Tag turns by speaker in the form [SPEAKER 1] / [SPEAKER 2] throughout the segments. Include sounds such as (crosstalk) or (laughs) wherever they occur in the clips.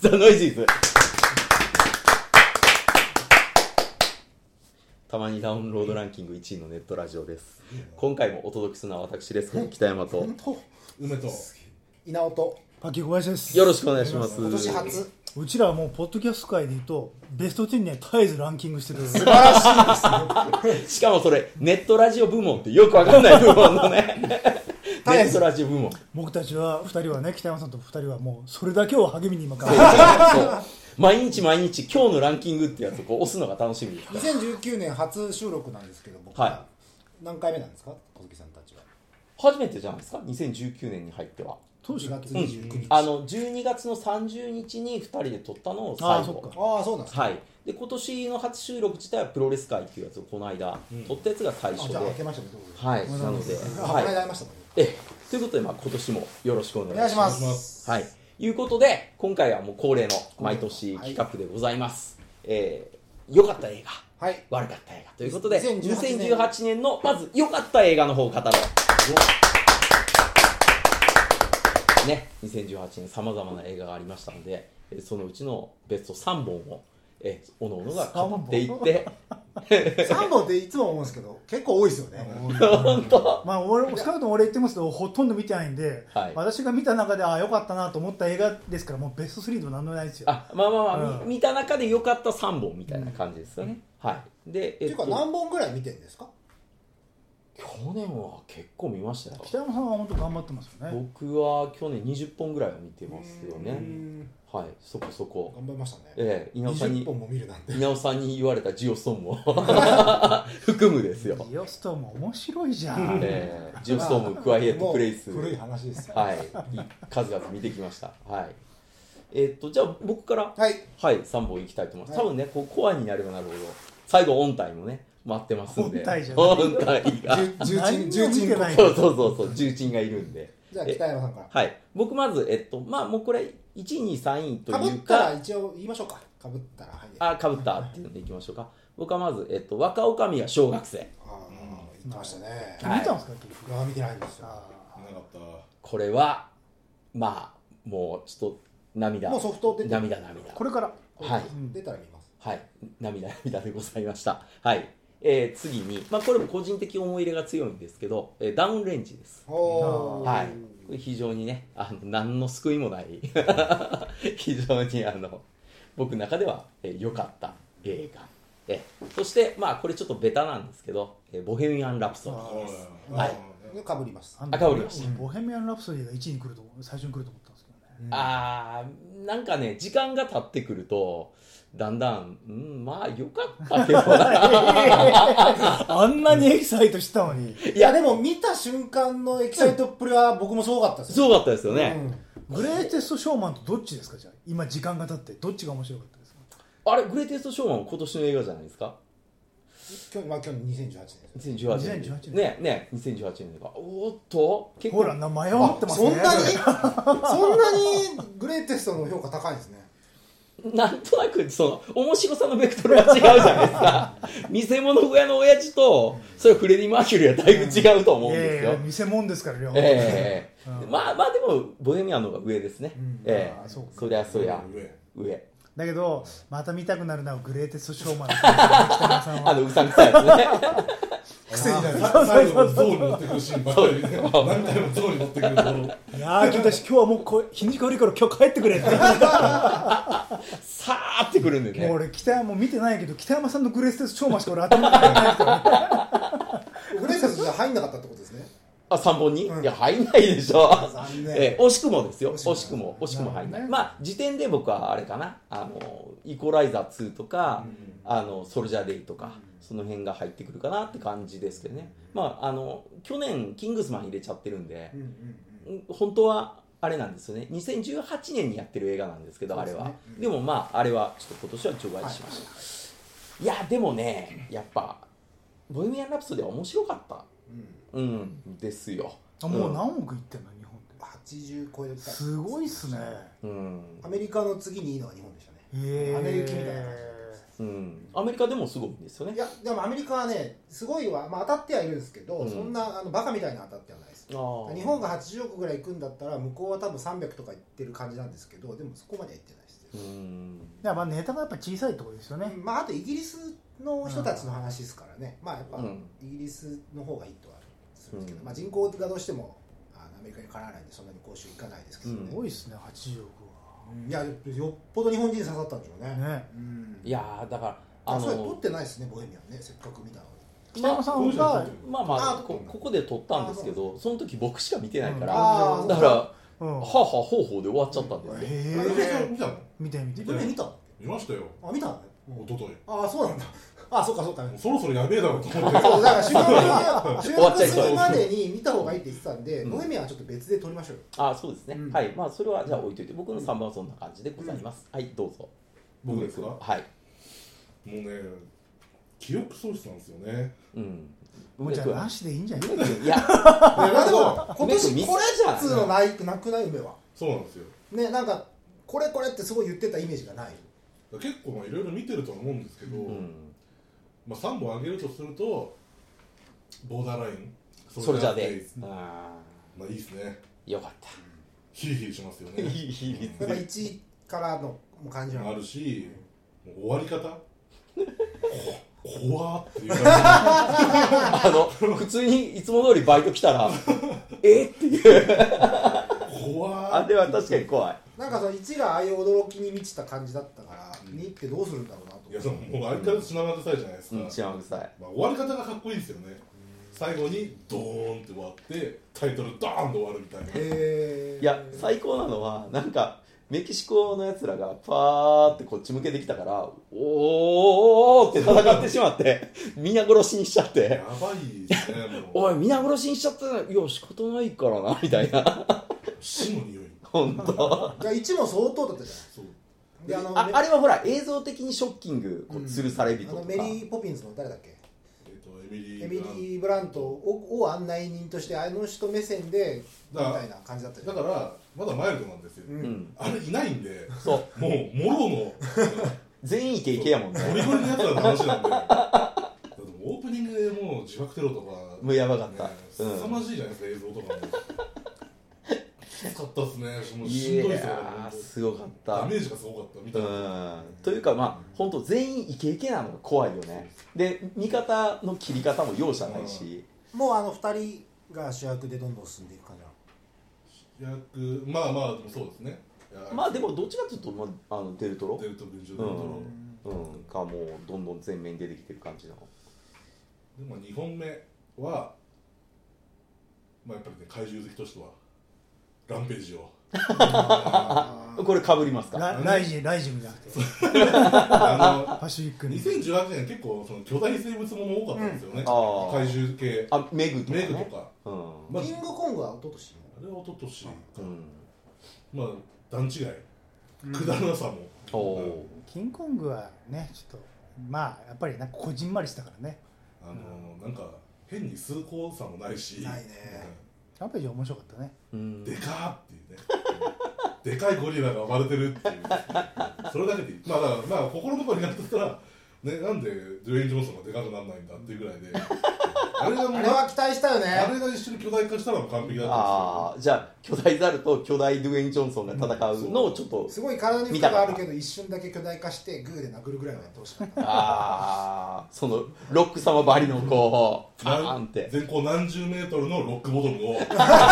[SPEAKER 1] ザ・ノイジーズ。たまにダウンロードランキング1位のネットラジオです。今回もお届けするのは私ですけど、北山と。
[SPEAKER 2] 梅と
[SPEAKER 3] 稲尾と
[SPEAKER 4] パキ小林です
[SPEAKER 1] よろしくお願いします。
[SPEAKER 3] 今年初素
[SPEAKER 4] うちらはもうポッドキャスト界で言うとベスト10には絶えずランキングして
[SPEAKER 1] (laughs)
[SPEAKER 4] る
[SPEAKER 3] 晴らしいです
[SPEAKER 1] しかもそれ、ネットラジオ部門ってよくわかんない部門の
[SPEAKER 4] (laughs)
[SPEAKER 1] ね。ネットラジオ部門。
[SPEAKER 4] 僕たちは2人はね北山さんと2人はもうそれだけを励みに今から
[SPEAKER 1] そう毎日毎日今日のランキングってやつをこう押すのが楽しみです。
[SPEAKER 3] 2019年初収録なんですけど僕
[SPEAKER 1] は
[SPEAKER 3] 何回目なんですか小月さんたちは
[SPEAKER 1] 初めてじゃないですか ?2019 年に入っては。
[SPEAKER 4] 当時
[SPEAKER 3] 1
[SPEAKER 4] だ
[SPEAKER 3] 月
[SPEAKER 4] け
[SPEAKER 3] 29日、
[SPEAKER 1] あの、12月の30日に2人で撮ったのを
[SPEAKER 4] あ
[SPEAKER 1] 最
[SPEAKER 4] あそっ
[SPEAKER 1] 後
[SPEAKER 4] か。
[SPEAKER 3] ああそうなんですか、
[SPEAKER 1] はい、で今年の初収録自体はプロレス界っていうやつをこの間、撮ったやつが最
[SPEAKER 3] あ
[SPEAKER 1] 初
[SPEAKER 3] じ
[SPEAKER 1] で。
[SPEAKER 3] ゃあ
[SPEAKER 1] は
[SPEAKER 3] 開けましたねどうぞ
[SPEAKER 1] い、なので、
[SPEAKER 3] あこ
[SPEAKER 1] は
[SPEAKER 3] の間
[SPEAKER 1] い、
[SPEAKER 3] 会いましたもんね
[SPEAKER 1] ええということで、まあ、今年もよろしくお願い
[SPEAKER 3] お
[SPEAKER 1] し
[SPEAKER 3] 願
[SPEAKER 1] ま
[SPEAKER 3] い
[SPEAKER 1] す。
[SPEAKER 3] し
[SPEAKER 1] い
[SPEAKER 3] ます
[SPEAKER 1] はい、いうことで、今回はもう恒例の毎年企画でございます。えー良かった映画、
[SPEAKER 3] はい
[SPEAKER 1] 悪かった映画ということで、
[SPEAKER 3] 2018
[SPEAKER 1] 2018
[SPEAKER 3] 年
[SPEAKER 1] 年のまず良かった映画の方を語ろう。ね、2018年さまざまな映画がありましたので、えーそのうちのベスト3本を、えー、おのおのが語っていって、
[SPEAKER 3] 3本っていつも思うんですけど結構多いです
[SPEAKER 1] (laughs)
[SPEAKER 3] よね
[SPEAKER 1] 本当
[SPEAKER 4] (laughs) まあ俺少なくとも俺言ってますけどほとんど見てないんで、
[SPEAKER 1] はい
[SPEAKER 4] 私が見た中でああよかったなと思った映画ですからもうベスト3でも何でもないですよ
[SPEAKER 1] あまあまあまあ、み
[SPEAKER 4] うん
[SPEAKER 1] 見た中で良かった3本みたいな感じですよね。はい。で、
[SPEAKER 3] て
[SPEAKER 1] え
[SPEAKER 3] い
[SPEAKER 1] っ
[SPEAKER 3] うか
[SPEAKER 1] と、
[SPEAKER 3] 何本ぐらい見てるんですか
[SPEAKER 1] 去年は結構見ましたよ。
[SPEAKER 4] 北山さんは本当頑張ってますよね
[SPEAKER 1] 僕は去年20本ぐらいは見てますよ
[SPEAKER 3] うー
[SPEAKER 1] ね。
[SPEAKER 3] ん
[SPEAKER 1] はい、そこそこ。
[SPEAKER 3] 頑張りましたね
[SPEAKER 1] ええ、稲尾さん
[SPEAKER 3] 20
[SPEAKER 1] に
[SPEAKER 3] 本も見るなんて
[SPEAKER 1] 稲尾さんに言われたジオストームを (laughs) 含むですよ、
[SPEAKER 4] イオストーム面白いじゃん、
[SPEAKER 1] えージオストームクワイエットプレイス
[SPEAKER 3] (laughs) もう古い話ですよ
[SPEAKER 1] はいい数々見てきましたはいえーっとじゃあ僕から
[SPEAKER 3] はい
[SPEAKER 1] はい3本いきたいと思います、
[SPEAKER 3] はい
[SPEAKER 1] 多分ねこうコアになればなるほど最後オンタイもね待ってますんで
[SPEAKER 4] オンタイじゃない
[SPEAKER 1] オンタイが
[SPEAKER 3] 重鎮
[SPEAKER 4] 何も
[SPEAKER 3] 重
[SPEAKER 4] 見
[SPEAKER 3] 鎮
[SPEAKER 4] てない
[SPEAKER 1] そうそうそうそう重鎮がいるんで
[SPEAKER 3] じゃあ北山さんから
[SPEAKER 1] はい僕まずえっとまあもうこれ1位2位3位と
[SPEAKER 3] かぶ
[SPEAKER 1] い
[SPEAKER 3] っ
[SPEAKER 1] う
[SPEAKER 3] た
[SPEAKER 1] から
[SPEAKER 3] 一応言いましょうかかぶったらはい
[SPEAKER 1] あかぶったっていうのでいきましょうか僕はまず、えっと、若女将が小学生
[SPEAKER 3] あー言ってましたね
[SPEAKER 1] はい
[SPEAKER 4] 見たんですか結局
[SPEAKER 3] 僕は見てないんですよ
[SPEAKER 2] なかった
[SPEAKER 1] これはまあもうちょっと涙
[SPEAKER 3] もうソフト出てる
[SPEAKER 1] 涙涙
[SPEAKER 4] これから
[SPEAKER 1] はい
[SPEAKER 4] うん
[SPEAKER 3] 出たら見ます
[SPEAKER 1] はい涙涙でございましたはい、えー次に、まあ、これも個人的思い入れが強いんですけど、えーダウンレンジです
[SPEAKER 3] おー
[SPEAKER 1] はいこれ非常にねあの何の救いもない (laughs) 非常にあの僕の中では良、えー良かった映画えーそしてまあこれちょっとベタなんですけど「えーボヘミアン・ラプソディ」はい
[SPEAKER 3] かぶります
[SPEAKER 4] あの
[SPEAKER 1] 赤堀ました
[SPEAKER 4] ボヘミアン・ラプソディが1位に来ると最初に来ると思ったんですけどね
[SPEAKER 1] あーなんかね時間が経ってくるとだんだん、うん、まあよかったけどな
[SPEAKER 4] (laughs) あんなにエキサイトしてたのに、
[SPEAKER 3] いやでも見た瞬間のエキサイトっぷりは僕もすごかったです
[SPEAKER 1] すごかったですよ
[SPEAKER 3] う
[SPEAKER 1] ね、
[SPEAKER 3] ん
[SPEAKER 4] グレーテストショーマンとどっちですかじゃあ今時間が経ってどっちが面白かったですか
[SPEAKER 1] あれグレイテストショーマンは今年の映画じゃないですか
[SPEAKER 3] 去年まあ去年2018年です
[SPEAKER 1] 2018年
[SPEAKER 4] 2018年
[SPEAKER 1] ねね2018年とかおーっと結
[SPEAKER 4] ほ
[SPEAKER 1] 構
[SPEAKER 4] らな迷ってますね
[SPEAKER 3] そんなにそん
[SPEAKER 4] (laughs)
[SPEAKER 3] なにグレーテストの評価高いですね
[SPEAKER 1] なんとなくその面白さのベクトルが違うじゃないです
[SPEAKER 4] (laughs)
[SPEAKER 1] か見せ物小屋の親父とそれフレディ・マーキュリーはだいぶ違うと思うん
[SPEAKER 4] いや
[SPEAKER 1] で
[SPEAKER 4] い
[SPEAKER 1] すよ、
[SPEAKER 4] や見せ物ですから両方
[SPEAKER 1] ええ
[SPEAKER 4] うん
[SPEAKER 1] まあまあでもボヘミアンの方が上ですね、
[SPEAKER 3] ん
[SPEAKER 1] ええ
[SPEAKER 4] あーそうか
[SPEAKER 1] そりゃそりゃ
[SPEAKER 2] 上
[SPEAKER 1] 上
[SPEAKER 4] だけどまた見たくなるのはグレーテストショーマンですね北山さん
[SPEAKER 1] あ
[SPEAKER 4] は
[SPEAKER 1] のうさんくさいやつね
[SPEAKER 2] 癖になる最後ゾウに乗ってくるシーンばっかりで
[SPEAKER 1] そう
[SPEAKER 2] 何回もゾウに乗ってくると
[SPEAKER 1] (laughs)
[SPEAKER 4] いやー君たち今日はもうこう日にち悪いから今日帰って
[SPEAKER 3] (laughs)
[SPEAKER 4] くれって
[SPEAKER 1] さーってくるんでね
[SPEAKER 4] もう俺北山もう見てないけど北山さんのグレーテストショーマンしか俺頭に入らないですからね
[SPEAKER 3] グレーテストじゃ入んなかったってことですね
[SPEAKER 1] あ3本に、
[SPEAKER 3] うん
[SPEAKER 1] いや入んないでしょ
[SPEAKER 3] 残念
[SPEAKER 1] ええ惜しくもですよ惜
[SPEAKER 3] 惜
[SPEAKER 1] し
[SPEAKER 3] し
[SPEAKER 1] く
[SPEAKER 3] く
[SPEAKER 1] も
[SPEAKER 3] も
[SPEAKER 1] 惜しくも入んない、
[SPEAKER 4] なるほ
[SPEAKER 1] まあ時点で僕はあれかなあのイコライザー2とか、あのソルジャーデイとか、その辺が入ってくるかなって感じですけどね、まああの去年キングスマン入れちゃってるんで、
[SPEAKER 3] うんうん
[SPEAKER 1] 本当はあれなんですよね2018年にやってる映画なんですけどあれはで,、もまああれはちょっと今年は除外しました、い、やでもねやっぱ「ボヘミアン・ラプソディ」は面白かったうんですよ
[SPEAKER 4] あもう何億いってんの日本で
[SPEAKER 3] 80超えてきた
[SPEAKER 4] すごいっすね
[SPEAKER 1] うん
[SPEAKER 3] アメリカの次にいいのは日本でしたね
[SPEAKER 4] へー
[SPEAKER 3] アメリカみたいな感じ
[SPEAKER 1] うん、アメリカでもすごいんですよね
[SPEAKER 3] いやでもアメリカはねすごいは、まあ、当たってはいるんですけど、
[SPEAKER 1] うん
[SPEAKER 3] そんなあのバカみたいな当たってはないです
[SPEAKER 1] あー
[SPEAKER 3] 日本が80億ぐらい行くんだったら向こうは多分300とか行ってる感じなんですけどでもそこまでは行ってないです、
[SPEAKER 1] うん
[SPEAKER 4] やまあネタがやっぱ小さいところですよね、
[SPEAKER 3] まああとイギリスの人たちの話ですからね、まあやっぱ
[SPEAKER 1] うん
[SPEAKER 3] イギリスの方がいいとはするんですけど、
[SPEAKER 1] うん
[SPEAKER 3] まあ、人口がどうしてもあのアメリカにかなわないんでそんなに公衆行かないですけどね、
[SPEAKER 1] うん
[SPEAKER 4] 多いですね80億
[SPEAKER 3] うんいやよっぽど日本人刺さったんでしょうね
[SPEAKER 4] はね
[SPEAKER 3] うん
[SPEAKER 1] いやーだから
[SPEAKER 3] あ
[SPEAKER 1] あ
[SPEAKER 3] そう取
[SPEAKER 1] の
[SPEAKER 3] ってないですねボヘミアンねせっかく見たのに
[SPEAKER 4] 北山さんが
[SPEAKER 1] まあまあ
[SPEAKER 3] あ
[SPEAKER 1] こここで撮ったんですけどその時僕しか見てないか
[SPEAKER 4] うん
[SPEAKER 1] ら、
[SPEAKER 3] あー
[SPEAKER 1] だからは
[SPEAKER 4] うん
[SPEAKER 1] あはあほうほうで終わっちゃったんだよね、
[SPEAKER 4] へ
[SPEAKER 2] あれ
[SPEAKER 4] え
[SPEAKER 2] 見たの
[SPEAKER 4] 見て見て
[SPEAKER 3] ボヘミアン見たの
[SPEAKER 2] 見ましたよ
[SPEAKER 3] あ見たの
[SPEAKER 2] 一昨日
[SPEAKER 3] ああそうなんだあそうかそうか
[SPEAKER 2] そろそろやべえだろうと思
[SPEAKER 3] (laughs)
[SPEAKER 2] って
[SPEAKER 3] そうだから収録
[SPEAKER 1] 終わっちゃい
[SPEAKER 3] す
[SPEAKER 1] そう
[SPEAKER 3] るまでに見た方がいいって言ってたんで、
[SPEAKER 1] うん
[SPEAKER 3] ボヘミアンはちょっと別で撮りましょうよ
[SPEAKER 1] あそうですね、
[SPEAKER 3] うん
[SPEAKER 1] はいまあそれはじゃあ置いといて僕の3番はそんな感じでございます、はいどうぞ
[SPEAKER 2] 僕ですかも
[SPEAKER 1] はいう
[SPEAKER 2] ね記憶喪失なんですよね
[SPEAKER 1] うん
[SPEAKER 4] もうじゃあなしでいいんじゃない
[SPEAKER 1] 梅君いや
[SPEAKER 3] いやでも今
[SPEAKER 1] 梅君
[SPEAKER 3] 年
[SPEAKER 1] ミ
[SPEAKER 3] これ
[SPEAKER 1] スじゃ
[SPEAKER 3] っつうのないなくない梅は
[SPEAKER 2] そうなんですよ
[SPEAKER 3] ねなんかこれこれってすごい言ってたイメージがない
[SPEAKER 2] 結構まあいろいろ見てるとは思うんですけど、
[SPEAKER 1] ん、うん、
[SPEAKER 2] まあ、3本上げるとするとボーダーライン
[SPEAKER 1] それじゃあで
[SPEAKER 2] ス、
[SPEAKER 1] あ
[SPEAKER 2] まあいいですね
[SPEAKER 1] ーよかっ
[SPEAKER 2] ヒリヒリしますよ
[SPEAKER 1] た
[SPEAKER 2] ね
[SPEAKER 1] (laughs) いいいい
[SPEAKER 3] なんか1からの感じな
[SPEAKER 2] もあ
[SPEAKER 3] の
[SPEAKER 2] るしもう終わり方
[SPEAKER 1] (laughs)
[SPEAKER 2] こ怖っていう感
[SPEAKER 1] あの普通にいつも通りバイト来た
[SPEAKER 2] (laughs)
[SPEAKER 1] らえっていう
[SPEAKER 2] じ怖
[SPEAKER 1] あれは確かに怖い
[SPEAKER 3] なんかその1がああいう驚きに満ちた感じだったから
[SPEAKER 2] うん
[SPEAKER 3] 2ってどうするんだろうなと思って
[SPEAKER 2] いやそのもう相変わらず品川臭いじゃないですか、
[SPEAKER 1] うん血まぐさい
[SPEAKER 2] まあ、終わり方がかっこいいですよね最後にドーンって終わってタイトルドーンと終わるみたいな
[SPEAKER 3] へー
[SPEAKER 1] いや最高なのはなんかメキシコのやつらがパーってこっち向けてきたからおーおーおーって戦ってしまって皆殺しにしちゃって
[SPEAKER 2] やばいですねもう
[SPEAKER 1] おい皆殺しにしちゃったらいや仕方ないからなみたいな
[SPEAKER 2] 死の匂い
[SPEAKER 1] 本当
[SPEAKER 3] じゃあ1も相当だったじゃない
[SPEAKER 2] そう
[SPEAKER 3] であの
[SPEAKER 1] あ
[SPEAKER 3] メ
[SPEAKER 1] あれはほら映像的にショッキングこう
[SPEAKER 3] うん
[SPEAKER 1] 吊るされ人
[SPEAKER 3] あ
[SPEAKER 1] とか、
[SPEAKER 3] のメリー・ポピンズの誰だっけ
[SPEAKER 2] えっ、とエミリー
[SPEAKER 3] エミリー・ブラントをを案内人としてあの人目線でみ
[SPEAKER 2] だ
[SPEAKER 3] たいな感じだったじゃ
[SPEAKER 2] だ
[SPEAKER 3] ん
[SPEAKER 2] からまだマイルドなんですよ、
[SPEAKER 3] う
[SPEAKER 1] うんん、
[SPEAKER 2] あれいないんで
[SPEAKER 1] そう
[SPEAKER 2] もうもろの
[SPEAKER 1] 全員イケイケやもんね
[SPEAKER 2] ゴリゴリのやつらの話なんでだってもうオープニングでもう自爆テロとか
[SPEAKER 1] もうやばかった
[SPEAKER 2] ね
[SPEAKER 1] うん
[SPEAKER 2] 凄まじいじゃないですか映像とかもきつかったですねもうし
[SPEAKER 1] い
[SPEAKER 2] ん
[SPEAKER 1] や
[SPEAKER 2] どいっすよ
[SPEAKER 1] ー
[SPEAKER 2] ね
[SPEAKER 1] すごかった
[SPEAKER 2] ダメージがすごかったみたいな、
[SPEAKER 1] うんというかまあ本当全員イケイケなのが怖いよねで味方の切り方も容赦ないし、
[SPEAKER 3] もうあの2人が主役でどんどん進んでいく感じなの
[SPEAKER 2] 役まあまあそうですね
[SPEAKER 1] まあでもどっちかというと、まあ、あのデルトロ
[SPEAKER 2] デ、ルト軍事のところ
[SPEAKER 1] ううん、がもうどんどん前面に出てきてる感じの
[SPEAKER 2] でも2本目はまあやっぱりね怪獣好きとしてはランページを
[SPEAKER 3] あー
[SPEAKER 1] これかぶりますか
[SPEAKER 4] ラライジンライジンじゃなくて
[SPEAKER 2] あの
[SPEAKER 4] パシフィック (laughs) に
[SPEAKER 2] 2018年結構その巨大生物もの多かったんですよね、
[SPEAKER 1] あー
[SPEAKER 2] 怪獣系
[SPEAKER 1] あメグとか、
[SPEAKER 2] メ
[SPEAKER 1] ね、
[SPEAKER 2] グとか、
[SPEAKER 1] うん、
[SPEAKER 2] まあ、
[SPEAKER 3] キングコングは一昨年
[SPEAKER 2] あれは一昨年か、
[SPEAKER 1] うん、
[SPEAKER 2] まあ段違いくだらなさも、
[SPEAKER 1] おお
[SPEAKER 4] キングコングはねちょっとまあやっぱりなんかこじんまりしたからね
[SPEAKER 2] あのなんか変に崇高さもないし
[SPEAKER 3] ないね
[SPEAKER 4] ランページ面白かったね
[SPEAKER 1] ー、う
[SPEAKER 2] うん
[SPEAKER 1] ん
[SPEAKER 2] でかーっていうね (laughs) でかいゴリラが暴れてるっていうそれだけでいいまあだからまあ心の声になってたらねなんでドゥエイン・ジョンソンがでかくならないんだっていうぐらいであれがもう
[SPEAKER 3] あれは期待したよ
[SPEAKER 2] あ
[SPEAKER 3] ね
[SPEAKER 2] れが一緒に巨大化したらもう完璧だったん
[SPEAKER 1] ああじゃあ巨大ザルと巨大ドゥエイン・ジョンソンが戦うのをちょっと、
[SPEAKER 3] すごい体に負荷があるけど一瞬だけ巨大化してグーで殴るぐらいはやってほし
[SPEAKER 1] (laughs)
[SPEAKER 3] かった
[SPEAKER 1] ああそのロック様ばりのこう
[SPEAKER 2] です
[SPEAKER 1] パ
[SPEAKER 2] よ
[SPEAKER 1] ーンって
[SPEAKER 2] 全高何十メートルのロックボトムを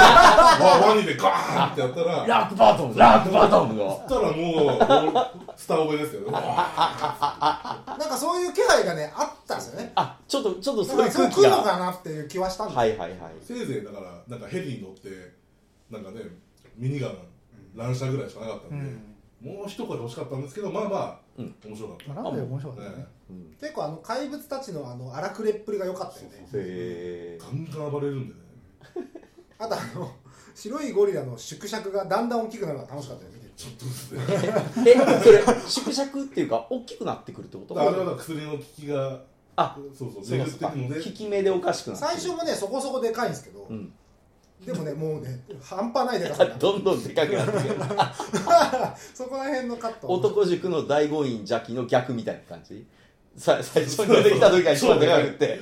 [SPEAKER 2] ワニでガーンってやったらや
[SPEAKER 1] ラックバトムラックバトムが
[SPEAKER 2] ったらもうスター覚えですよねわ
[SPEAKER 3] なんかそういう気配がねあったんですよね
[SPEAKER 1] あちょっとちょっと
[SPEAKER 3] だ
[SPEAKER 1] そ
[SPEAKER 3] か
[SPEAKER 1] うい
[SPEAKER 3] ら
[SPEAKER 1] う空
[SPEAKER 3] それ来
[SPEAKER 1] 気
[SPEAKER 3] るの
[SPEAKER 1] が
[SPEAKER 3] かなっていう気はしたんだ、
[SPEAKER 1] はいはいはい
[SPEAKER 2] ーせいぜいだからなんかヘリに乗ってなんかねミニガン乱射ぐらいしかなかったん
[SPEAKER 4] う
[SPEAKER 2] で、
[SPEAKER 4] ん、
[SPEAKER 2] もう一声欲しかったんですけどまあまあ、
[SPEAKER 1] うん
[SPEAKER 2] 面白かった、
[SPEAKER 4] まあ、ランページ面白かったね
[SPEAKER 2] ね、
[SPEAKER 1] うん
[SPEAKER 3] 結構あの怪物たちのあの荒くれっぷりが良かったよね
[SPEAKER 1] へえ
[SPEAKER 2] ガンガン暴れるんでね
[SPEAKER 3] あとあの白いゴリラの縮尺がだんだん大きくなるのが楽しかったよ見てる
[SPEAKER 2] ちょっとずつね
[SPEAKER 1] えそれ縮尺っていうか大きくなってくるってこと
[SPEAKER 2] あれはだから薬の効きが
[SPEAKER 1] あ
[SPEAKER 2] そうそう
[SPEAKER 1] そう
[SPEAKER 2] 巡
[SPEAKER 1] か
[SPEAKER 2] っ
[SPEAKER 1] そう
[SPEAKER 2] て
[SPEAKER 1] か
[SPEAKER 2] くので
[SPEAKER 1] 効き目でおかしくなって
[SPEAKER 3] 最初もねそこそこでかいんですけど、
[SPEAKER 1] うん
[SPEAKER 3] でもねもうね半端ないでか
[SPEAKER 1] あ
[SPEAKER 3] さだ
[SPEAKER 1] どんどんでかくなってくる
[SPEAKER 3] そこら辺のカット
[SPEAKER 1] 男塾の大豪院邪気の逆みたいな感じさ最初に出てきた時が一番でかくって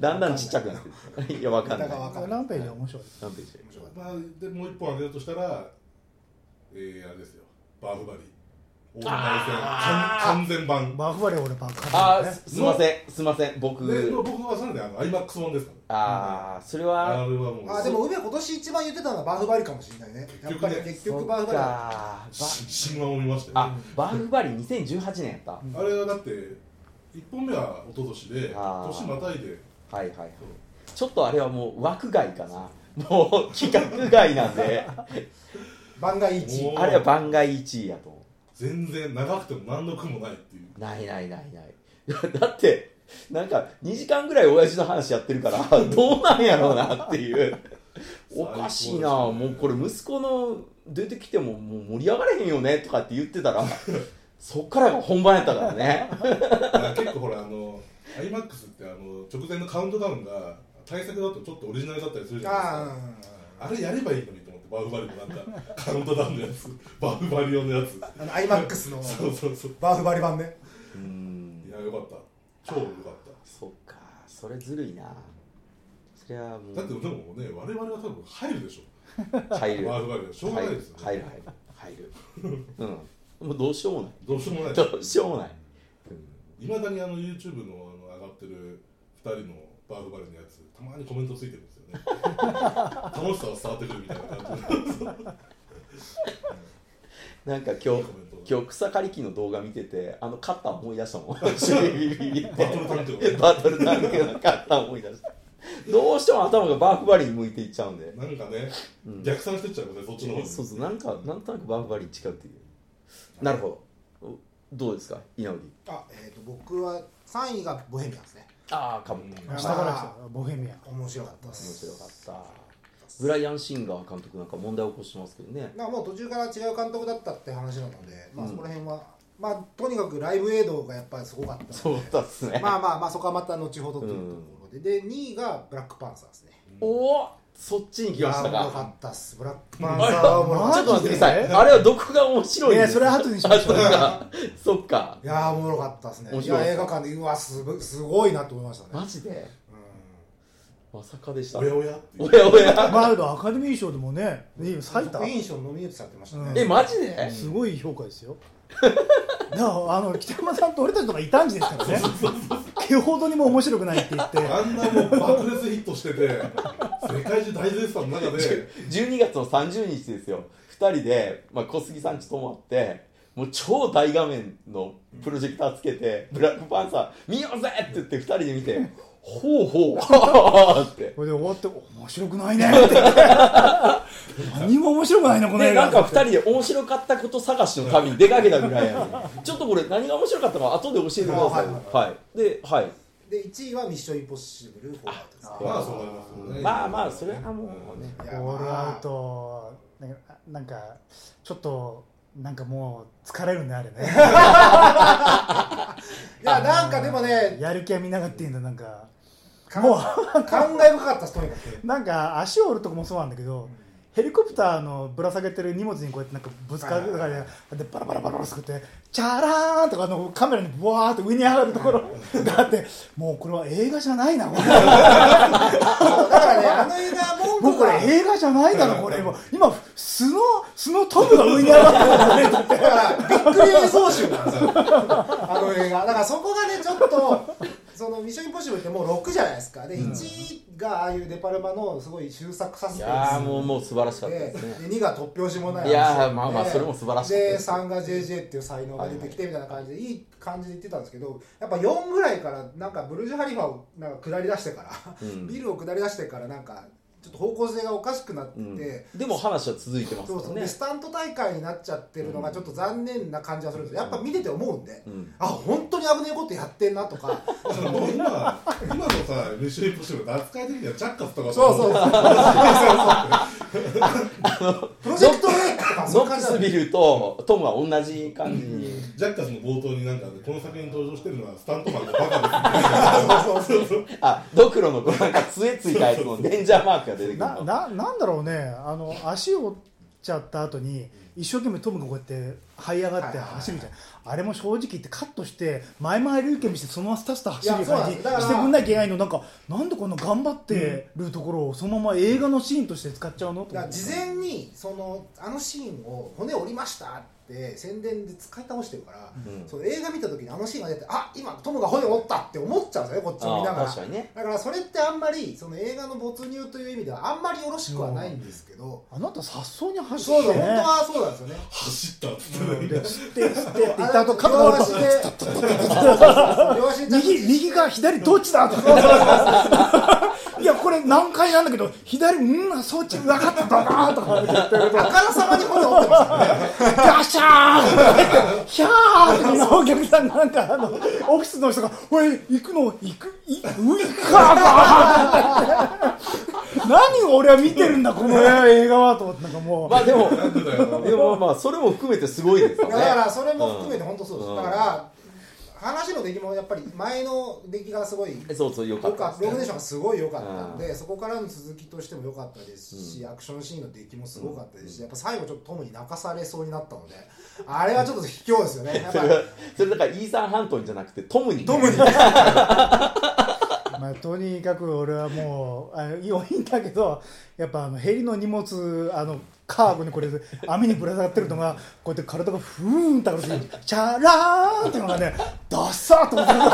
[SPEAKER 1] だんだんちっちゃくなってるいやわかんない
[SPEAKER 3] だからわかんない
[SPEAKER 4] ランページは面白い
[SPEAKER 1] なんて言うんでしょう
[SPEAKER 3] 面白かっ
[SPEAKER 2] まあ、でもう一本あげるとしたら、えー、あれですよ、バーフバリー、オール
[SPEAKER 1] あ
[SPEAKER 2] 対戦、完完全版。
[SPEAKER 4] バフバレー俺バカ
[SPEAKER 1] あ
[SPEAKER 4] だ
[SPEAKER 1] ー
[SPEAKER 4] ね
[SPEAKER 1] すすいませんすいません
[SPEAKER 2] で
[SPEAKER 1] 僕
[SPEAKER 2] 僕はそれで、あの、IMAX 版ですから、
[SPEAKER 1] ああそれ
[SPEAKER 2] あ
[SPEAKER 1] は
[SPEAKER 2] れはもう、
[SPEAKER 3] たあでも梅今年一番言ってたのはバーフバリかもしれないねやっぱり
[SPEAKER 2] 結局ね
[SPEAKER 3] 結
[SPEAKER 1] そ
[SPEAKER 3] 局
[SPEAKER 1] っ
[SPEAKER 3] バーフバ
[SPEAKER 1] かーば
[SPEAKER 2] し神話を見ましたよ、
[SPEAKER 1] あバーフバリー2018年やった、
[SPEAKER 3] ん
[SPEAKER 2] あれはだって、1本目は一昨年で、
[SPEAKER 1] あー
[SPEAKER 2] 年またいで、
[SPEAKER 1] はいはいはいちょっとあれはもう枠外かなもう企画外なん
[SPEAKER 2] (laughs)
[SPEAKER 1] で
[SPEAKER 3] リ番外一
[SPEAKER 2] もう
[SPEAKER 1] あれは番外1位やと思
[SPEAKER 2] 全然長くても何の苦もないっていう。
[SPEAKER 1] うないないないない (laughs) だってなんか2時間ぐらい親父の話やってるから
[SPEAKER 2] (laughs)
[SPEAKER 1] どうなんやろうなっていうおかしいな、
[SPEAKER 2] 最
[SPEAKER 1] も
[SPEAKER 2] 高ですね
[SPEAKER 1] うこれ息子の出てきてももう盛り上がれへんよねとかって言ってたら (laughs) そっからが本番やったからね
[SPEAKER 2] (laughs) あ結構ほらあの iMAX ってあの直前のカウントダウンが対策だとちょっとオリジナルだったりするじゃないですか
[SPEAKER 3] あ
[SPEAKER 2] あれやればいいのにと思ってバウフバリのなんかカウントダウンのやつ (laughs) バウフバリ用のやつ
[SPEAKER 3] ああの iMAX の
[SPEAKER 2] そうそうそう
[SPEAKER 3] バーフバリ版ね
[SPEAKER 1] うーん
[SPEAKER 2] いやよかった超よかっ
[SPEAKER 1] そっかそれずるいなそりゃも
[SPEAKER 2] ただって
[SPEAKER 1] う
[SPEAKER 2] でもね我々は多分入るでしょ
[SPEAKER 1] 入る
[SPEAKER 2] バウフバリはしょうがないですよね
[SPEAKER 1] 入る入る入るうんもうどうしようもない
[SPEAKER 2] どうしようもない
[SPEAKER 1] どうしようもない、うん
[SPEAKER 2] いまだにあの YouTube のあの上がってる2人のバーフバリのやつたまにコメントついてるんですよ
[SPEAKER 1] (laughs)
[SPEAKER 2] ね楽しさは伝わってくるみたいな感じ
[SPEAKER 1] なんか今日
[SPEAKER 2] のいいコメント
[SPEAKER 1] 今日草刈り機の動画見ててあのカッター思い出したもんビビビビって
[SPEAKER 2] バトルタンクの
[SPEAKER 1] バトルタンクのカッター思い出したどうしても頭がバーフバリに向いていっちゃうんで、
[SPEAKER 2] なんかね、
[SPEAKER 1] うん
[SPEAKER 2] 逆算してっちゃうよね、そっちの方に。
[SPEAKER 1] そうそうなんかなんとなくバーフバリに近うっていうなるほどおどうですか稲織
[SPEAKER 3] あえっ、と僕は三位がボヘミアンですね
[SPEAKER 1] ああかも
[SPEAKER 2] うん
[SPEAKER 1] 面
[SPEAKER 4] 下から来たボヘミアン
[SPEAKER 3] 面白かったです
[SPEAKER 1] 白かったブライアン・シンガー監督なんか問題起こしてますけどね
[SPEAKER 3] なんかもう途中から違う監督だったって話なので、まあ、
[SPEAKER 1] うん
[SPEAKER 3] そこら辺は、まあ、とにかくライブエイドがやっぱりすごかったので
[SPEAKER 1] そうだっすね
[SPEAKER 3] まあまあまあそこはまた後ほどというところで、で2位がブラックパンサーですね
[SPEAKER 1] おおそっちに来ました
[SPEAKER 3] いや面
[SPEAKER 1] か
[SPEAKER 3] 白かったっすブラック
[SPEAKER 1] あ
[SPEAKER 3] パン
[SPEAKER 1] れ
[SPEAKER 3] サ
[SPEAKER 1] ち
[SPEAKER 3] ーはもう
[SPEAKER 1] ょっと待ってください
[SPEAKER 4] マジで
[SPEAKER 1] あれはどこが面白い
[SPEAKER 4] い
[SPEAKER 1] んで
[SPEAKER 4] や
[SPEAKER 1] す
[SPEAKER 4] それは後にしま (laughs) しょう
[SPEAKER 1] あ (laughs) そっかそっか
[SPEAKER 3] いやーおもろかったですね
[SPEAKER 1] 面
[SPEAKER 3] い
[SPEAKER 1] 白かっ
[SPEAKER 3] や
[SPEAKER 1] た
[SPEAKER 3] 映画館でうわすごいすごいなと思いましたね
[SPEAKER 1] マジでまさかでした
[SPEAKER 2] おやおやっていう
[SPEAKER 1] おやおや
[SPEAKER 4] マウドアカデミー賞でもね最多
[SPEAKER 3] 作品賞ノミネートされてましたね、
[SPEAKER 4] うん
[SPEAKER 1] えマジです
[SPEAKER 4] ごい評価ですよ (laughs) だからあの北山さんと俺たちとか異端児ですか
[SPEAKER 3] (laughs)
[SPEAKER 4] らね毛ほどにも面白くないって言って
[SPEAKER 2] あんなもう爆裂ヒットしてて、世界中大絶賛の中で、
[SPEAKER 1] 12月の30日ですよ2人で、まあ、小杉さんち泊まってもう超大画面のプロジェクターつけて「ブラックパンサー見ようぜ!」って言って2人で見て「ほうほう」
[SPEAKER 4] (laughs)
[SPEAKER 1] って
[SPEAKER 4] これで終わって面白くないねっ
[SPEAKER 3] (laughs)
[SPEAKER 4] て言って何も面白くないなこの
[SPEAKER 1] で
[SPEAKER 4] 映
[SPEAKER 1] な
[SPEAKER 4] 画
[SPEAKER 1] んか2人で面白かったこと探しの旅に出かけたぐらいやねちょっとこれ何が面白かったか後で教えてください
[SPEAKER 3] あはい
[SPEAKER 1] はいではい
[SPEAKER 3] で1位は「ミッションインポッシブル4」ですね
[SPEAKER 2] まあそうなりますよね。
[SPEAKER 1] まあまあそれはもうね
[SPEAKER 3] い
[SPEAKER 4] ホ
[SPEAKER 3] や
[SPEAKER 4] ールアウ
[SPEAKER 3] ま
[SPEAKER 4] トなんかなんかちょっとなんかもう疲れるねあれね
[SPEAKER 3] あいや (laughs) なんかでもね
[SPEAKER 4] やる気は見ながっていいんだなんか
[SPEAKER 3] か
[SPEAKER 4] も
[SPEAKER 3] 感慨深かったですとにかく
[SPEAKER 1] (laughs)
[SPEAKER 4] なんか足を折るとこもそうなんだけど、ヘリコプターのぶら下げてる荷物にこうやってなんかぶつかるとかで,、でバラバラバラバラすくってチャラーンとかあのカメラにブワーって上に上がるところだってもうこれは映画じゃないなこ (laughs) れ
[SPEAKER 3] そうだからねあの映画文
[SPEAKER 4] もう
[SPEAKER 3] 句
[SPEAKER 4] これ
[SPEAKER 3] が
[SPEAKER 4] 映画じゃないだろこれもう今素の素のトムが上に上がってる
[SPEAKER 3] だからびっくり映像集なんですよあの映画だからそこがねちょっとその「ミッションインポッシブル」ってもう6じゃないですかで1がああいうデパルマのすごい修作サ
[SPEAKER 1] い
[SPEAKER 3] スペン
[SPEAKER 1] やー
[SPEAKER 3] ス
[SPEAKER 1] もうもう素晴らしかった
[SPEAKER 3] で
[SPEAKER 1] で
[SPEAKER 3] です
[SPEAKER 1] ね
[SPEAKER 3] 2が突拍子もない
[SPEAKER 1] いやー
[SPEAKER 3] 話で
[SPEAKER 1] まあまあそれも素晴らしかった
[SPEAKER 3] で
[SPEAKER 1] です
[SPEAKER 3] 3が JJ っていう才能が出てきてみたいな感じでいい感じで言ってたんですけどやっぱ4ぐらいからなんかブルージュ・ハリファをなんか下り出してから
[SPEAKER 1] うん
[SPEAKER 3] ビルを下り出してからなんかちょっと方向性がおかしくなって
[SPEAKER 1] う
[SPEAKER 3] て、
[SPEAKER 1] んでも話は続いてます
[SPEAKER 3] そう
[SPEAKER 1] か
[SPEAKER 3] そう
[SPEAKER 1] ら
[SPEAKER 3] で
[SPEAKER 1] ね
[SPEAKER 3] スタント大会になっちゃってるのがちょっと残念な感じはするんですよやっぱ見てて思うんで、
[SPEAKER 1] うん
[SPEAKER 3] あ本当に危ねえことやってんな
[SPEAKER 1] (laughs)
[SPEAKER 3] とか
[SPEAKER 2] だからもう今、今のさ、ミッションインポッシブル、扱い的
[SPEAKER 1] (laughs)
[SPEAKER 2] にはチャッカスと
[SPEAKER 3] (laughs)
[SPEAKER 2] か
[SPEAKER 3] そうそうそう
[SPEAKER 2] う。
[SPEAKER 3] プロジェクト A とかそう
[SPEAKER 1] ノ
[SPEAKER 3] いう
[SPEAKER 1] ック
[SPEAKER 3] 感じな
[SPEAKER 1] ス
[SPEAKER 3] んだ
[SPEAKER 1] ビルとトムは同じ感じに、
[SPEAKER 2] ジャッカスの冒頭になんかこの作品に登場してるのはスタントマンのバカですみたいなそうそうそう
[SPEAKER 1] あドクロのこうなんか杖ついたやつのデンジャーマークが出てくる
[SPEAKER 4] な
[SPEAKER 1] の
[SPEAKER 4] ななんだろうねあの足を折っちゃった後に一生懸命トムがこうやって這い上がって走るじゃん、あれも正直言ってカットして前々ルーケ見してそのままスタスタ走る感じ
[SPEAKER 3] いやそうなんだ
[SPEAKER 4] してくんなきゃいけないのなんかなんでこんな頑張ってるところをそのまま映画のシーンとして使っちゃうのと
[SPEAKER 3] だ
[SPEAKER 4] 思
[SPEAKER 3] か
[SPEAKER 4] っ
[SPEAKER 3] ら
[SPEAKER 4] て
[SPEAKER 3] 事前にそのあのシーンを骨折りましたって宣伝で使い倒してるから、
[SPEAKER 1] うん
[SPEAKER 3] その映画見た時にあのシーンが出てあ今トムが骨折ったって思っちゃうんですよねこっちを見なが
[SPEAKER 1] あ
[SPEAKER 3] ら
[SPEAKER 1] 確かにね
[SPEAKER 3] だからそれってあんまりその映画の没入という意味ではあんまりよろしくはないんですけど、
[SPEAKER 4] あなたさっそうに走
[SPEAKER 3] そう
[SPEAKER 4] っ
[SPEAKER 3] そう
[SPEAKER 4] て
[SPEAKER 3] 本当
[SPEAKER 4] ね
[SPEAKER 3] はそうなんですよね
[SPEAKER 2] 走ったっつってね
[SPEAKER 4] で吸って吸ってって言った後カットが
[SPEAKER 3] 両
[SPEAKER 4] ある
[SPEAKER 3] 足
[SPEAKER 4] と
[SPEAKER 3] でそうそうそう両足で
[SPEAKER 4] 右右か左どっちだといやこれ難解なんだけど左うんそっち分かっただなとか言ってると
[SPEAKER 3] あからさまに骨折ってますよね
[SPEAKER 4] ガシャーンヒャーってみんなお客さんがなんかあのオフィスの人が「おい行くの行くい行くか!」何を俺は見てるんだこの映画はと思ってなんかもう
[SPEAKER 1] まあでも
[SPEAKER 2] なんでだよ
[SPEAKER 1] でもまあそれも含めてすごいですよね
[SPEAKER 3] だからそれも含めて本当そうです、
[SPEAKER 1] うん
[SPEAKER 3] だから話の出来もやっぱり前の出来がすごい
[SPEAKER 1] そうそうよか
[SPEAKER 3] 良
[SPEAKER 1] っ
[SPEAKER 3] か
[SPEAKER 1] た
[SPEAKER 3] っ
[SPEAKER 1] です
[SPEAKER 3] たロ
[SPEAKER 1] ね
[SPEAKER 3] グネーションがすごい良かったんで、そこからの続きとしても良かったですし、アクションシーンの出来もすごかったですし、やっぱ最後ちょっとトムに泣かされそうになったのであれはちょっと卑怯ですよね
[SPEAKER 1] (laughs)
[SPEAKER 3] やっ
[SPEAKER 1] そ
[SPEAKER 3] ぱ
[SPEAKER 1] れ
[SPEAKER 3] り
[SPEAKER 1] がそれだからイーサン・ハントンじゃなくてトムに
[SPEAKER 3] ト
[SPEAKER 1] (laughs)
[SPEAKER 3] ムに
[SPEAKER 4] まあ、とにかく俺はもうあ要因だけどやっぱあのヘリの荷物あのカーブにこれ網にぶら下がってるのがこうやって体がふーんって上がるチャラーンってのがねダッサーと思ってた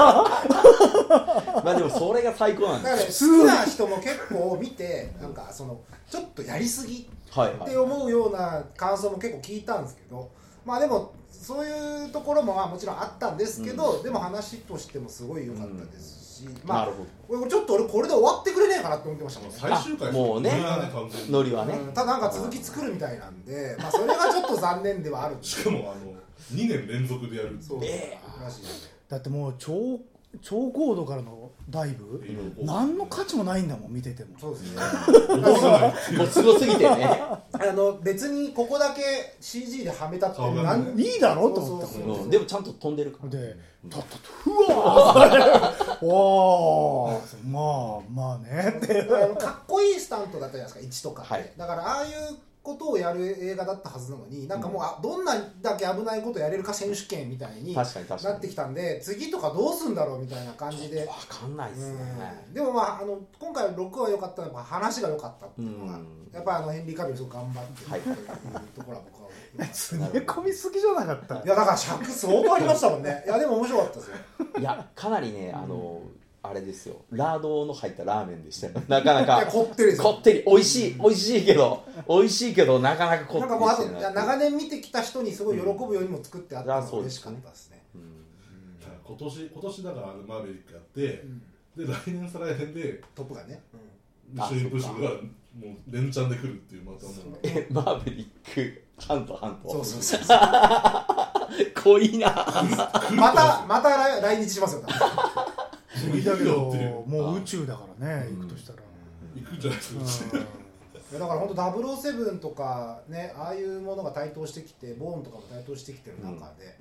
[SPEAKER 1] まあでもそれが最高なんで
[SPEAKER 3] だから、ね、
[SPEAKER 4] す
[SPEAKER 3] 好きな人も結構見てなんかそのちょっとやりすぎ
[SPEAKER 1] すはい
[SPEAKER 3] っ
[SPEAKER 1] は
[SPEAKER 3] て
[SPEAKER 1] い
[SPEAKER 3] 思うような感想も結構聞いたんですけどまあでもそういうところもまあもちろんあったんですけど、でも話としてもすごい良かったですし、ま
[SPEAKER 1] な
[SPEAKER 3] あ
[SPEAKER 1] るほど
[SPEAKER 3] 俺ちょっと俺これで終わってくれねえかなって思ってましたもんね
[SPEAKER 2] 最終回
[SPEAKER 1] あもうね
[SPEAKER 2] これが完全に
[SPEAKER 1] ノリはね
[SPEAKER 3] うんただなんか続き作るみたいなんで、まあ、それがちょっと残念ではあるんです
[SPEAKER 2] (laughs) しかもあの2年連続でやる
[SPEAKER 3] そう
[SPEAKER 1] え
[SPEAKER 3] らしいです
[SPEAKER 4] だってもう超超高度からのダイブ
[SPEAKER 1] ん
[SPEAKER 4] 何の価値もないんだもん見てても
[SPEAKER 3] そうですね
[SPEAKER 2] 落とさないっていう
[SPEAKER 1] もうすごすぎてね
[SPEAKER 3] (laughs) あの別にここだけ CG ではめたって
[SPEAKER 2] そう
[SPEAKER 3] な
[SPEAKER 2] だね
[SPEAKER 3] ん
[SPEAKER 4] いいだろうと思った
[SPEAKER 3] そうそう
[SPEAKER 1] うんでもちゃんと飛んでるから
[SPEAKER 4] でたったとうわーおーまあまあねって
[SPEAKER 3] だからあのかっこいいスタントだったじゃないですか1とかって、
[SPEAKER 1] はい
[SPEAKER 3] だからああいうことをやる映画だったはずなのになんかもう、あどんなだけ危ないことやれるか選手権みたいにな
[SPEAKER 1] 確かに確かに
[SPEAKER 3] ってきたんで次とかどうすんだろうみたいな感じで
[SPEAKER 1] わかんないですね
[SPEAKER 3] うんでもまああの今回6は良かったのはやっぱ話が良かったっていうのが、
[SPEAKER 1] うん
[SPEAKER 3] やっぱあのヘンリー・カビルすごく頑張ってるっていうところは僕は思います
[SPEAKER 4] 詰 (laughs) め込みすぎじゃなかった
[SPEAKER 3] いやだから尺相当ありましたもんねいやでも面白かったですよ
[SPEAKER 1] いやかなりねあのあれですよラードの入ったラーメンでしたよなかないか
[SPEAKER 3] やこってりです
[SPEAKER 1] こ
[SPEAKER 3] よ
[SPEAKER 1] ってり美味しい美味しいけど美味しいけどなかなかこっ
[SPEAKER 3] な
[SPEAKER 1] てり
[SPEAKER 3] んかもうあと
[SPEAKER 1] して
[SPEAKER 3] い
[SPEAKER 1] ない
[SPEAKER 3] や長年見てきた人にすごい喜ぶようにも作ってあったの
[SPEAKER 1] うんあ
[SPEAKER 3] が
[SPEAKER 1] そう
[SPEAKER 3] 嬉
[SPEAKER 1] で
[SPEAKER 3] し
[SPEAKER 1] す
[SPEAKER 3] か
[SPEAKER 1] ね
[SPEAKER 3] ったですね
[SPEAKER 1] うん
[SPEAKER 2] 今年今年だからマーベリックやって、で来年再来年で
[SPEAKER 3] トップがね、
[SPEAKER 2] ミッションインプッシブルがもう連チャンで来るっていうまたもう
[SPEAKER 1] えマーベリックハントハン
[SPEAKER 3] そう
[SPEAKER 1] ト
[SPEAKER 3] そうそうそう
[SPEAKER 1] 濃いな
[SPEAKER 3] またまた来来日しますよ多分
[SPEAKER 4] 無理だけど
[SPEAKER 2] っていう
[SPEAKER 4] もう宇宙だからね行くとしたら、
[SPEAKER 2] 行くんじゃないですかうち
[SPEAKER 3] いやだから本当007とかねああいうものが台頭してきてボーンとかも台頭してきてる中で、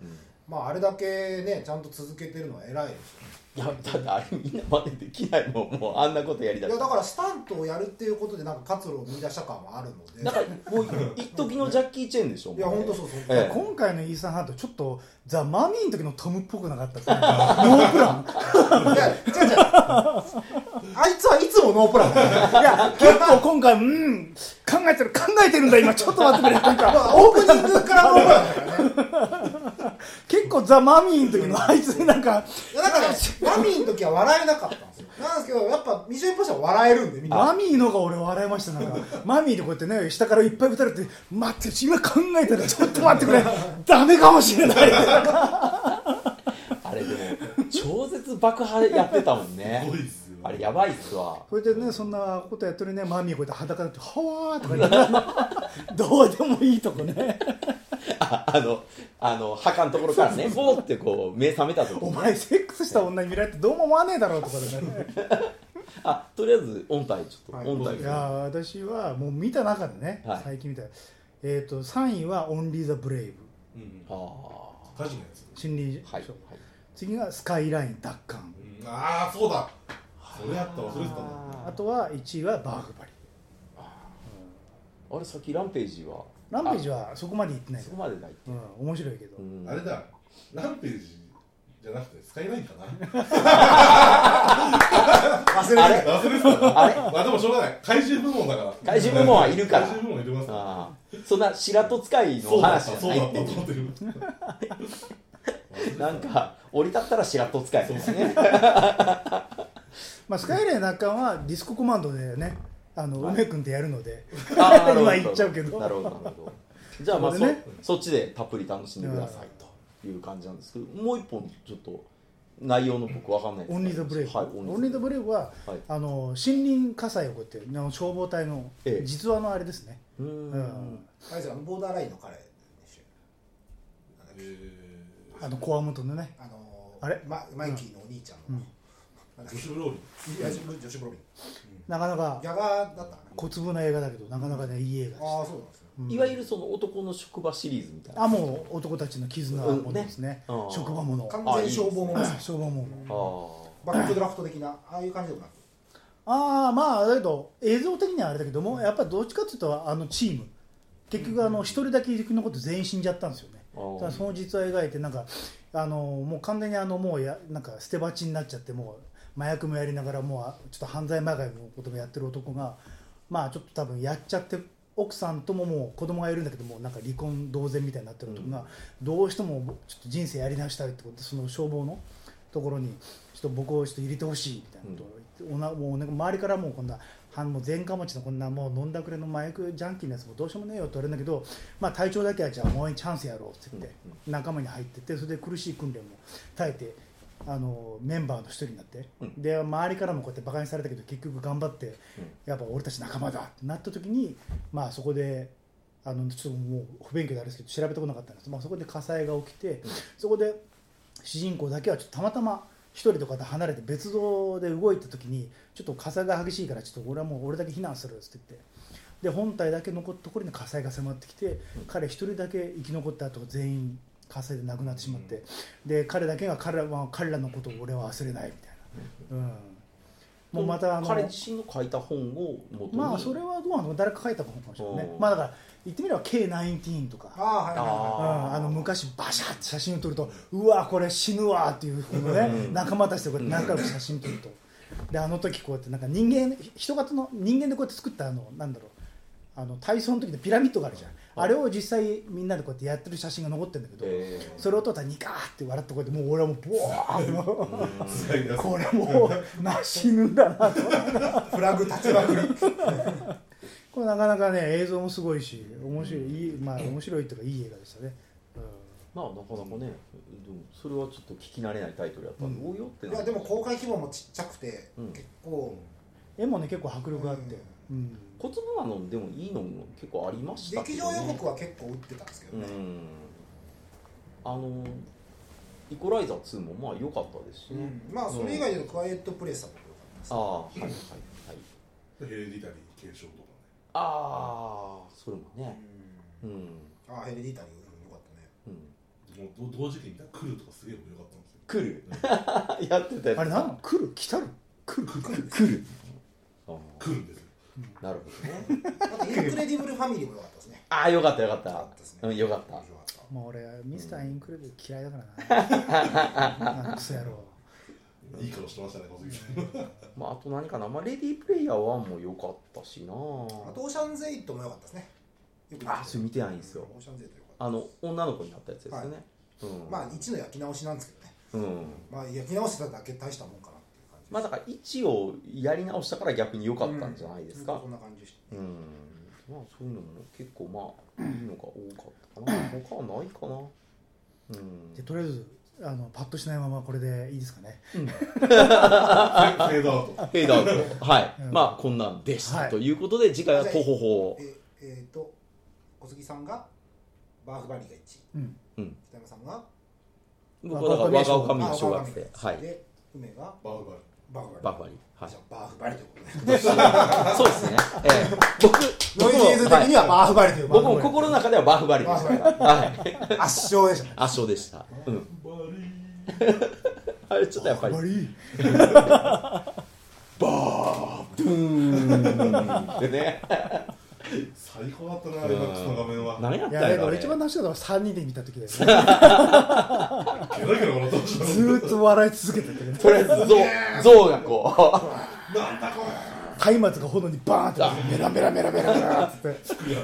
[SPEAKER 3] まああれだけねちゃんと続けてるのは偉いですよね
[SPEAKER 1] いやだってあれみんな真似できないもんもうあんなことやりだ
[SPEAKER 3] い
[SPEAKER 1] し
[SPEAKER 3] や
[SPEAKER 1] た
[SPEAKER 3] だからスタントをやるっていうことでなんか活路を見出した感はあるので
[SPEAKER 1] なんかもう一時のジャッキー・チェンでしょ
[SPEAKER 3] いや本当そうそう、
[SPEAKER 1] ええ
[SPEAKER 4] 今回のイーサン・ハントちょっとザ・マミーの時のトムっぽくなかったですねノープラン
[SPEAKER 3] いや違う違うあいつはいつもノープランだよ
[SPEAKER 4] いや結構今回うん考えてる考えてるんだ今ちょっと待ってくれなんか
[SPEAKER 3] オープニングからノープランだからね
[SPEAKER 4] 結構ザ・マミーの時のあいつになんか
[SPEAKER 3] いやだから、ね、マミーの時は笑えなかったんですよなんですけどやっぱミッションインポッシブルは笑えるんでみんな
[SPEAKER 4] マミーのが俺笑いましたなんか (laughs) マミーでこうやってね下からいっぱい打たれて待って今考えてるちょっと待ってくれ (laughs) ダメかもしれない (laughs)
[SPEAKER 1] あれでも超絶爆破やってたもんね
[SPEAKER 2] すごいっすよ
[SPEAKER 1] あれやばいっすわ
[SPEAKER 4] それでねそんなことやってるねマミーこうやって裸だって「はわ」とか言って (laughs) どうでもいいとこね (laughs)
[SPEAKER 1] ああのあの墓のところからねボーってこう目覚めたとこ
[SPEAKER 4] お前セックスした女に見られてどうも思わねえだろうとかでね
[SPEAKER 1] あとりあえず音体ちょっ
[SPEAKER 3] はい
[SPEAKER 1] と音
[SPEAKER 4] い
[SPEAKER 1] 体
[SPEAKER 4] やー私はもう見た中でね、
[SPEAKER 1] はい
[SPEAKER 4] 最近見たえー、と3位は「オンリー・ザ・ブレイブ
[SPEAKER 2] うんうん
[SPEAKER 1] ああ」
[SPEAKER 2] 火事のやつ、
[SPEAKER 4] 心理
[SPEAKER 1] はい、はい
[SPEAKER 4] 書、次が「スカイライン奪還
[SPEAKER 2] うんああそうだそれやった忘れてたな」
[SPEAKER 4] あとは1位は「バーフバリ」
[SPEAKER 1] あれさっきランページは
[SPEAKER 4] ランページ
[SPEAKER 1] は
[SPEAKER 4] はそこまでいってない
[SPEAKER 1] そこまでない
[SPEAKER 4] うん、面白いけど、
[SPEAKER 1] うん
[SPEAKER 2] あれだランページじゃなくてスカイラインかな
[SPEAKER 3] 忘れてる
[SPEAKER 2] 忘れてたな
[SPEAKER 1] あれ
[SPEAKER 2] まあでもしょうがない怪獣部門だから
[SPEAKER 1] 怪獣部門はいるから
[SPEAKER 2] 怪獣部門いりますから
[SPEAKER 1] ああそんな白戸使い
[SPEAKER 2] そ
[SPEAKER 1] の
[SPEAKER 2] うだった
[SPEAKER 1] 話
[SPEAKER 2] そ
[SPEAKER 1] じ
[SPEAKER 2] う
[SPEAKER 1] ゃない
[SPEAKER 2] だっ
[SPEAKER 1] った
[SPEAKER 2] と
[SPEAKER 1] て
[SPEAKER 2] 思ってる
[SPEAKER 1] なんか降り立ったら白戸使いですね
[SPEAKER 4] まあ、スカイライン奪還はディスココマンドでねあの、
[SPEAKER 1] はい
[SPEAKER 4] 梅君とやるので
[SPEAKER 1] あー
[SPEAKER 4] 今言っちゃうけど
[SPEAKER 1] なるほどなるほどじゃあまあ
[SPEAKER 4] こ
[SPEAKER 1] そ,、
[SPEAKER 4] れね
[SPEAKER 1] そっちでたっぷり楽しんでくださいという感じなんですけどもう一本ちょっと内容の僕わかんないです
[SPEAKER 4] オンリー・ザ・ブレイブ、
[SPEAKER 1] はい
[SPEAKER 4] オンリー・ザ・ブレイブは、
[SPEAKER 1] はい
[SPEAKER 4] あの森林火災をこうやってあの消防隊の
[SPEAKER 1] ええ
[SPEAKER 4] 実話のあれですね、
[SPEAKER 1] うーん
[SPEAKER 4] うん
[SPEAKER 3] あれじゃんボーダーラインの彼でしょなんだっけ
[SPEAKER 2] え
[SPEAKER 4] あのコア元のね
[SPEAKER 3] あの
[SPEAKER 4] あれ
[SPEAKER 3] ママイキーのお兄ちゃんの、なんだ
[SPEAKER 2] ー
[SPEAKER 3] っ
[SPEAKER 2] ジ
[SPEAKER 3] け
[SPEAKER 2] ョシュ・ブローリン
[SPEAKER 3] いやジョジョシュ・ブロビン
[SPEAKER 4] なかなか
[SPEAKER 3] ギャガーだったかな
[SPEAKER 4] 小粒な映画だけどなかなかねいい映画で
[SPEAKER 3] ああそうなんですね
[SPEAKER 1] いわゆるその男の職場シリーズみたいな
[SPEAKER 4] あもう男たちの絆はものですね,、
[SPEAKER 1] うんねあー
[SPEAKER 4] 職場もの
[SPEAKER 3] 完全消防ものです
[SPEAKER 4] 消防もの
[SPEAKER 1] あー
[SPEAKER 3] バックドラフト的なああいう感じでもなく
[SPEAKER 4] ああまあだけど映像的にはあれだけどもやっぱどっちかっていうとあのチーム結局あの一人だけ自分のこと全員死んじゃったんですよね
[SPEAKER 1] あー
[SPEAKER 4] だからその実話を描いてなんかあのもう完全にあのもうやなんか捨て鉢になっちゃってもう麻薬もやりながらもうあちょっと犯罪まがいのこともやってる男がまあちょっと多分やっちゃって奥さんとももう子供がいるんだけどもうなんか離婚同然みたいになってる男が、どうしてもちょっと人生やり直したいってことでその消防のところにちょっと僕をちょっと入れてほしいみたいなことを言って、おなもうなんか周りからもうこんなはんもう前科持ちのこんなもう飲んだくれの麻薬ジャンキーのやつもどうしようもねえよって言われるんだけど、まあ、隊長だけはじゃあお前にチャンスやろうって言って仲間に入ってってそれで苦しい訓練も耐えて。あのメンバーの一人になって、
[SPEAKER 1] うん
[SPEAKER 4] で周りからもこうやってバカにされたけど結局頑張って、やっぱ俺たち仲間だってなった時に、まあ、そこであのちょっともう不勉強であれですけど調べてこなかったんです、まあ、そこで火災が起きて、そこで主人公だけはちょっとたまたま一人とかと離れて別動で動いた時にちょっと火災が激しいからちょっと俺はもう俺だけ避難するっつって言ってで本体だけ残ったところに火災が迫ってきて彼一人だけ生き残った後全員火災で亡くなってしまって、で彼だけが彼らは彼らのことを俺は忘れないみたいな、うん、もうまたあの
[SPEAKER 1] 彼自身の書いた本を元に
[SPEAKER 4] まあそれはどうなの誰か書いた本かもしれないね
[SPEAKER 1] おー
[SPEAKER 4] まあだから言ってみれば K19 と
[SPEAKER 3] あ
[SPEAKER 4] か
[SPEAKER 3] あはいはい
[SPEAKER 4] うん
[SPEAKER 3] は
[SPEAKER 1] あー
[SPEAKER 4] あの昔バシャって写真を撮るとうわこれ死ぬわっていうこのね
[SPEAKER 1] うん
[SPEAKER 4] 仲間たちとこうやって仲良く写真撮るとであの時こうやってなんか人間人型の人間でこうやって作ったあのなんだろうあの体操の時のピラミッドがあるじゃんあれを実際みんなでこうやってやってる写真が残ってるんだけど
[SPEAKER 1] えー
[SPEAKER 4] それを撮ったらニカーって笑ってこうやってもう俺はもうボワーもう
[SPEAKER 2] スカイライン
[SPEAKER 4] これもうな死ぬんだなと
[SPEAKER 3] いフラグ立ちまくり
[SPEAKER 4] これなかなかね映像もすごいし面白い,、いいまあ面白いというかいい映画でしたね、う
[SPEAKER 1] まあなかなかねでもそれはちょっと聞き慣れないタイトルやったんで、
[SPEAKER 4] うん
[SPEAKER 1] おうよって
[SPEAKER 3] い
[SPEAKER 1] な
[SPEAKER 3] やでも公開規模もちっちゃくて、
[SPEAKER 1] うん
[SPEAKER 3] 結構
[SPEAKER 4] ん、絵もね結構迫力あって、うん
[SPEAKER 1] 小粒なのでもいいのも結構ありましたけ
[SPEAKER 3] 劇
[SPEAKER 1] ど、
[SPEAKER 3] 場
[SPEAKER 1] ね、
[SPEAKER 3] 予告は結構打ってたんですけど
[SPEAKER 1] う
[SPEAKER 3] ね、
[SPEAKER 1] んあのイコライザー2もまあ良かったですし
[SPEAKER 3] う
[SPEAKER 1] ね、
[SPEAKER 3] んまあそれ以外のクワイエットプレイスは僕よかったです
[SPEAKER 1] ああはいはいはい
[SPEAKER 2] ヘレディタリー継承とかね
[SPEAKER 1] ああそれもねうん
[SPEAKER 3] うんああヘレディタリーよかったね
[SPEAKER 1] うん
[SPEAKER 2] もう同同時期に来るとかすげえ良かったんですよ
[SPEAKER 1] 来る (laughs) やってたやつ
[SPEAKER 4] あれなん来る来たる来る
[SPEAKER 1] 来る
[SPEAKER 4] (laughs)
[SPEAKER 1] 来るあ
[SPEAKER 2] 来るんですよ
[SPEAKER 1] あなるほどね
[SPEAKER 3] あとインクレディブルファミリーもよかったですね
[SPEAKER 1] ああよかったよかっ
[SPEAKER 3] よか
[SPEAKER 1] た
[SPEAKER 3] ったですね
[SPEAKER 1] うんよかった
[SPEAKER 3] 面白かった
[SPEAKER 4] もう俺ミスターインクレディ嫌いだから (laughs) なあのクソ野郎
[SPEAKER 2] いい顔してましたね小杉さん
[SPEAKER 1] まああと何かなまあレディープレイヤー1も良かったしな
[SPEAKER 3] あとオーシャンズエイトも良かったですねよく
[SPEAKER 1] あそれ見てないんですよ
[SPEAKER 3] オーシャンズエイトよかった
[SPEAKER 1] あの女の子になったやつですよね、うん
[SPEAKER 3] まあ1の焼き直しなんですけどね
[SPEAKER 1] うん
[SPEAKER 3] まあ焼き直してただけ大したもんかなっていう感じ
[SPEAKER 1] まあだから1をやり直したから逆に良かったんじゃないですか
[SPEAKER 3] そんな感じでした
[SPEAKER 1] うん、まあそういうのも結構まあいいのが多かったかな他はないかな
[SPEAKER 4] でとりあえずあのパッとしないままこれでいいですかね
[SPEAKER 1] うん、
[SPEAKER 2] フェフェードアウト
[SPEAKER 1] ヘイダーとはい、
[SPEAKER 4] うん
[SPEAKER 1] まあこんなんでした、
[SPEAKER 4] はい
[SPEAKER 1] ということで次回は「とほほ
[SPEAKER 3] ええー、と小杉さんがバーフバリーが1
[SPEAKER 4] うん」
[SPEAKER 3] 北山さんが
[SPEAKER 1] 僕はだから若女将の小
[SPEAKER 3] あ
[SPEAKER 1] 学生
[SPEAKER 3] バ
[SPEAKER 1] は
[SPEAKER 3] ーフバリーが一
[SPEAKER 1] い
[SPEAKER 3] で梅が
[SPEAKER 2] バーバル
[SPEAKER 3] バーフバリー
[SPEAKER 1] バフバリーはい (laughs)
[SPEAKER 3] じゃあバーフバリーということで
[SPEAKER 1] そうですね、ええ、僕僕も
[SPEAKER 3] ノイジーズル的にはバーフバリという
[SPEAKER 1] 僕も心の中ではバーフバリでしたから、はい、
[SPEAKER 3] 圧勝でしたね
[SPEAKER 1] 圧勝でした、うん、
[SPEAKER 2] バリ
[SPEAKER 1] あれちょっとやっぱり
[SPEAKER 4] バリー
[SPEAKER 1] ドゥーンってね
[SPEAKER 2] ー最高だったな、リマックスの画面は。
[SPEAKER 1] 何やっ
[SPEAKER 4] い
[SPEAKER 1] た
[SPEAKER 4] や
[SPEAKER 1] ん
[SPEAKER 4] だ
[SPEAKER 1] や
[SPEAKER 4] か
[SPEAKER 1] ろあ
[SPEAKER 4] ら
[SPEAKER 1] れ
[SPEAKER 4] 一番楽しかったのは3人で見た時だよね
[SPEAKER 2] ケロケロ笑ってました
[SPEAKER 4] ずーっと笑い続けててね
[SPEAKER 1] とりあえず象象がこう
[SPEAKER 2] なんだこ
[SPEAKER 4] 松明が炎にバーンってメラメラメラメラメラっつって
[SPEAKER 2] れ。いや、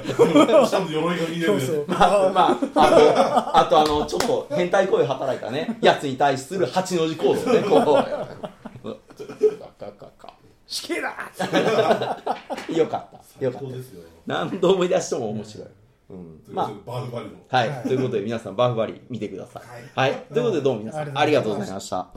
[SPEAKER 2] ちゃんと鎧が見える
[SPEAKER 4] そ
[SPEAKER 2] ん
[SPEAKER 4] う
[SPEAKER 2] で
[SPEAKER 4] そ。
[SPEAKER 2] (laughs)
[SPEAKER 4] う
[SPEAKER 1] まあ、まあ、あと、あとあの、ちょっと変態行為を働いたね、やつに対する八の字行 (laughs) 動ね、こう。カカカ
[SPEAKER 4] 死刑だーって
[SPEAKER 1] カよかった。よ
[SPEAKER 2] 最
[SPEAKER 1] かっ
[SPEAKER 2] 高
[SPEAKER 1] た
[SPEAKER 2] で。すよ。
[SPEAKER 1] 何度思い出しても面白い。うん、
[SPEAKER 2] というこ
[SPEAKER 1] ま
[SPEAKER 2] とでバルバリの。
[SPEAKER 1] あ、はい、ということで、皆さん、バフバリ見てください。はい、ということで、どうも皆さん、ありがとうございました。